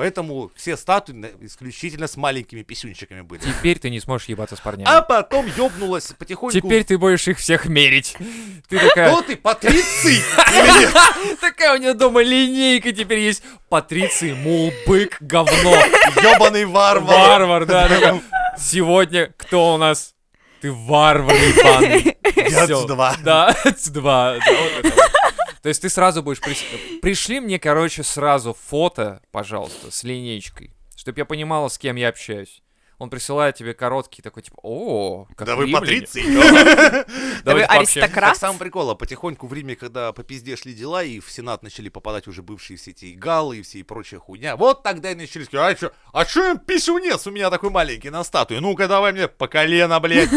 Поэтому все статуи на- исключительно с маленькими писюнчиками были. Теперь ты не сможешь ебаться с парнями. А потом ёбнулась потихоньку. Теперь ты будешь их всех мерить. Ты такая... Кто ты, Патриций? Или нет? Такая у нее дома линейка теперь есть. Патриции, мулбык, говно. Ёбаный варвар. Варвар, да. такая, Сегодня кто у нас? Ты варвар, ебаный. Я Всё. отсюда. Да, два. То есть ты сразу будешь... прис- Пришли мне, короче, сразу фото, пожалуйста, с линейкой, чтобы я понимала, с кем я общаюсь. Он присылает тебе короткий такой, типа, о, как Да вы римляне». Патриций. Ну, Да вы Вы вообще- Так аристократ? сам прикол, а потихоньку в Риме, когда по пизде шли дела, и в Сенат начали попадать уже бывшие все эти и галы и все и прочая хуйня, вот тогда и начались, а чё, а чё им писюнец у меня такой маленький на статуе, ну-ка давай мне по колено, блядь.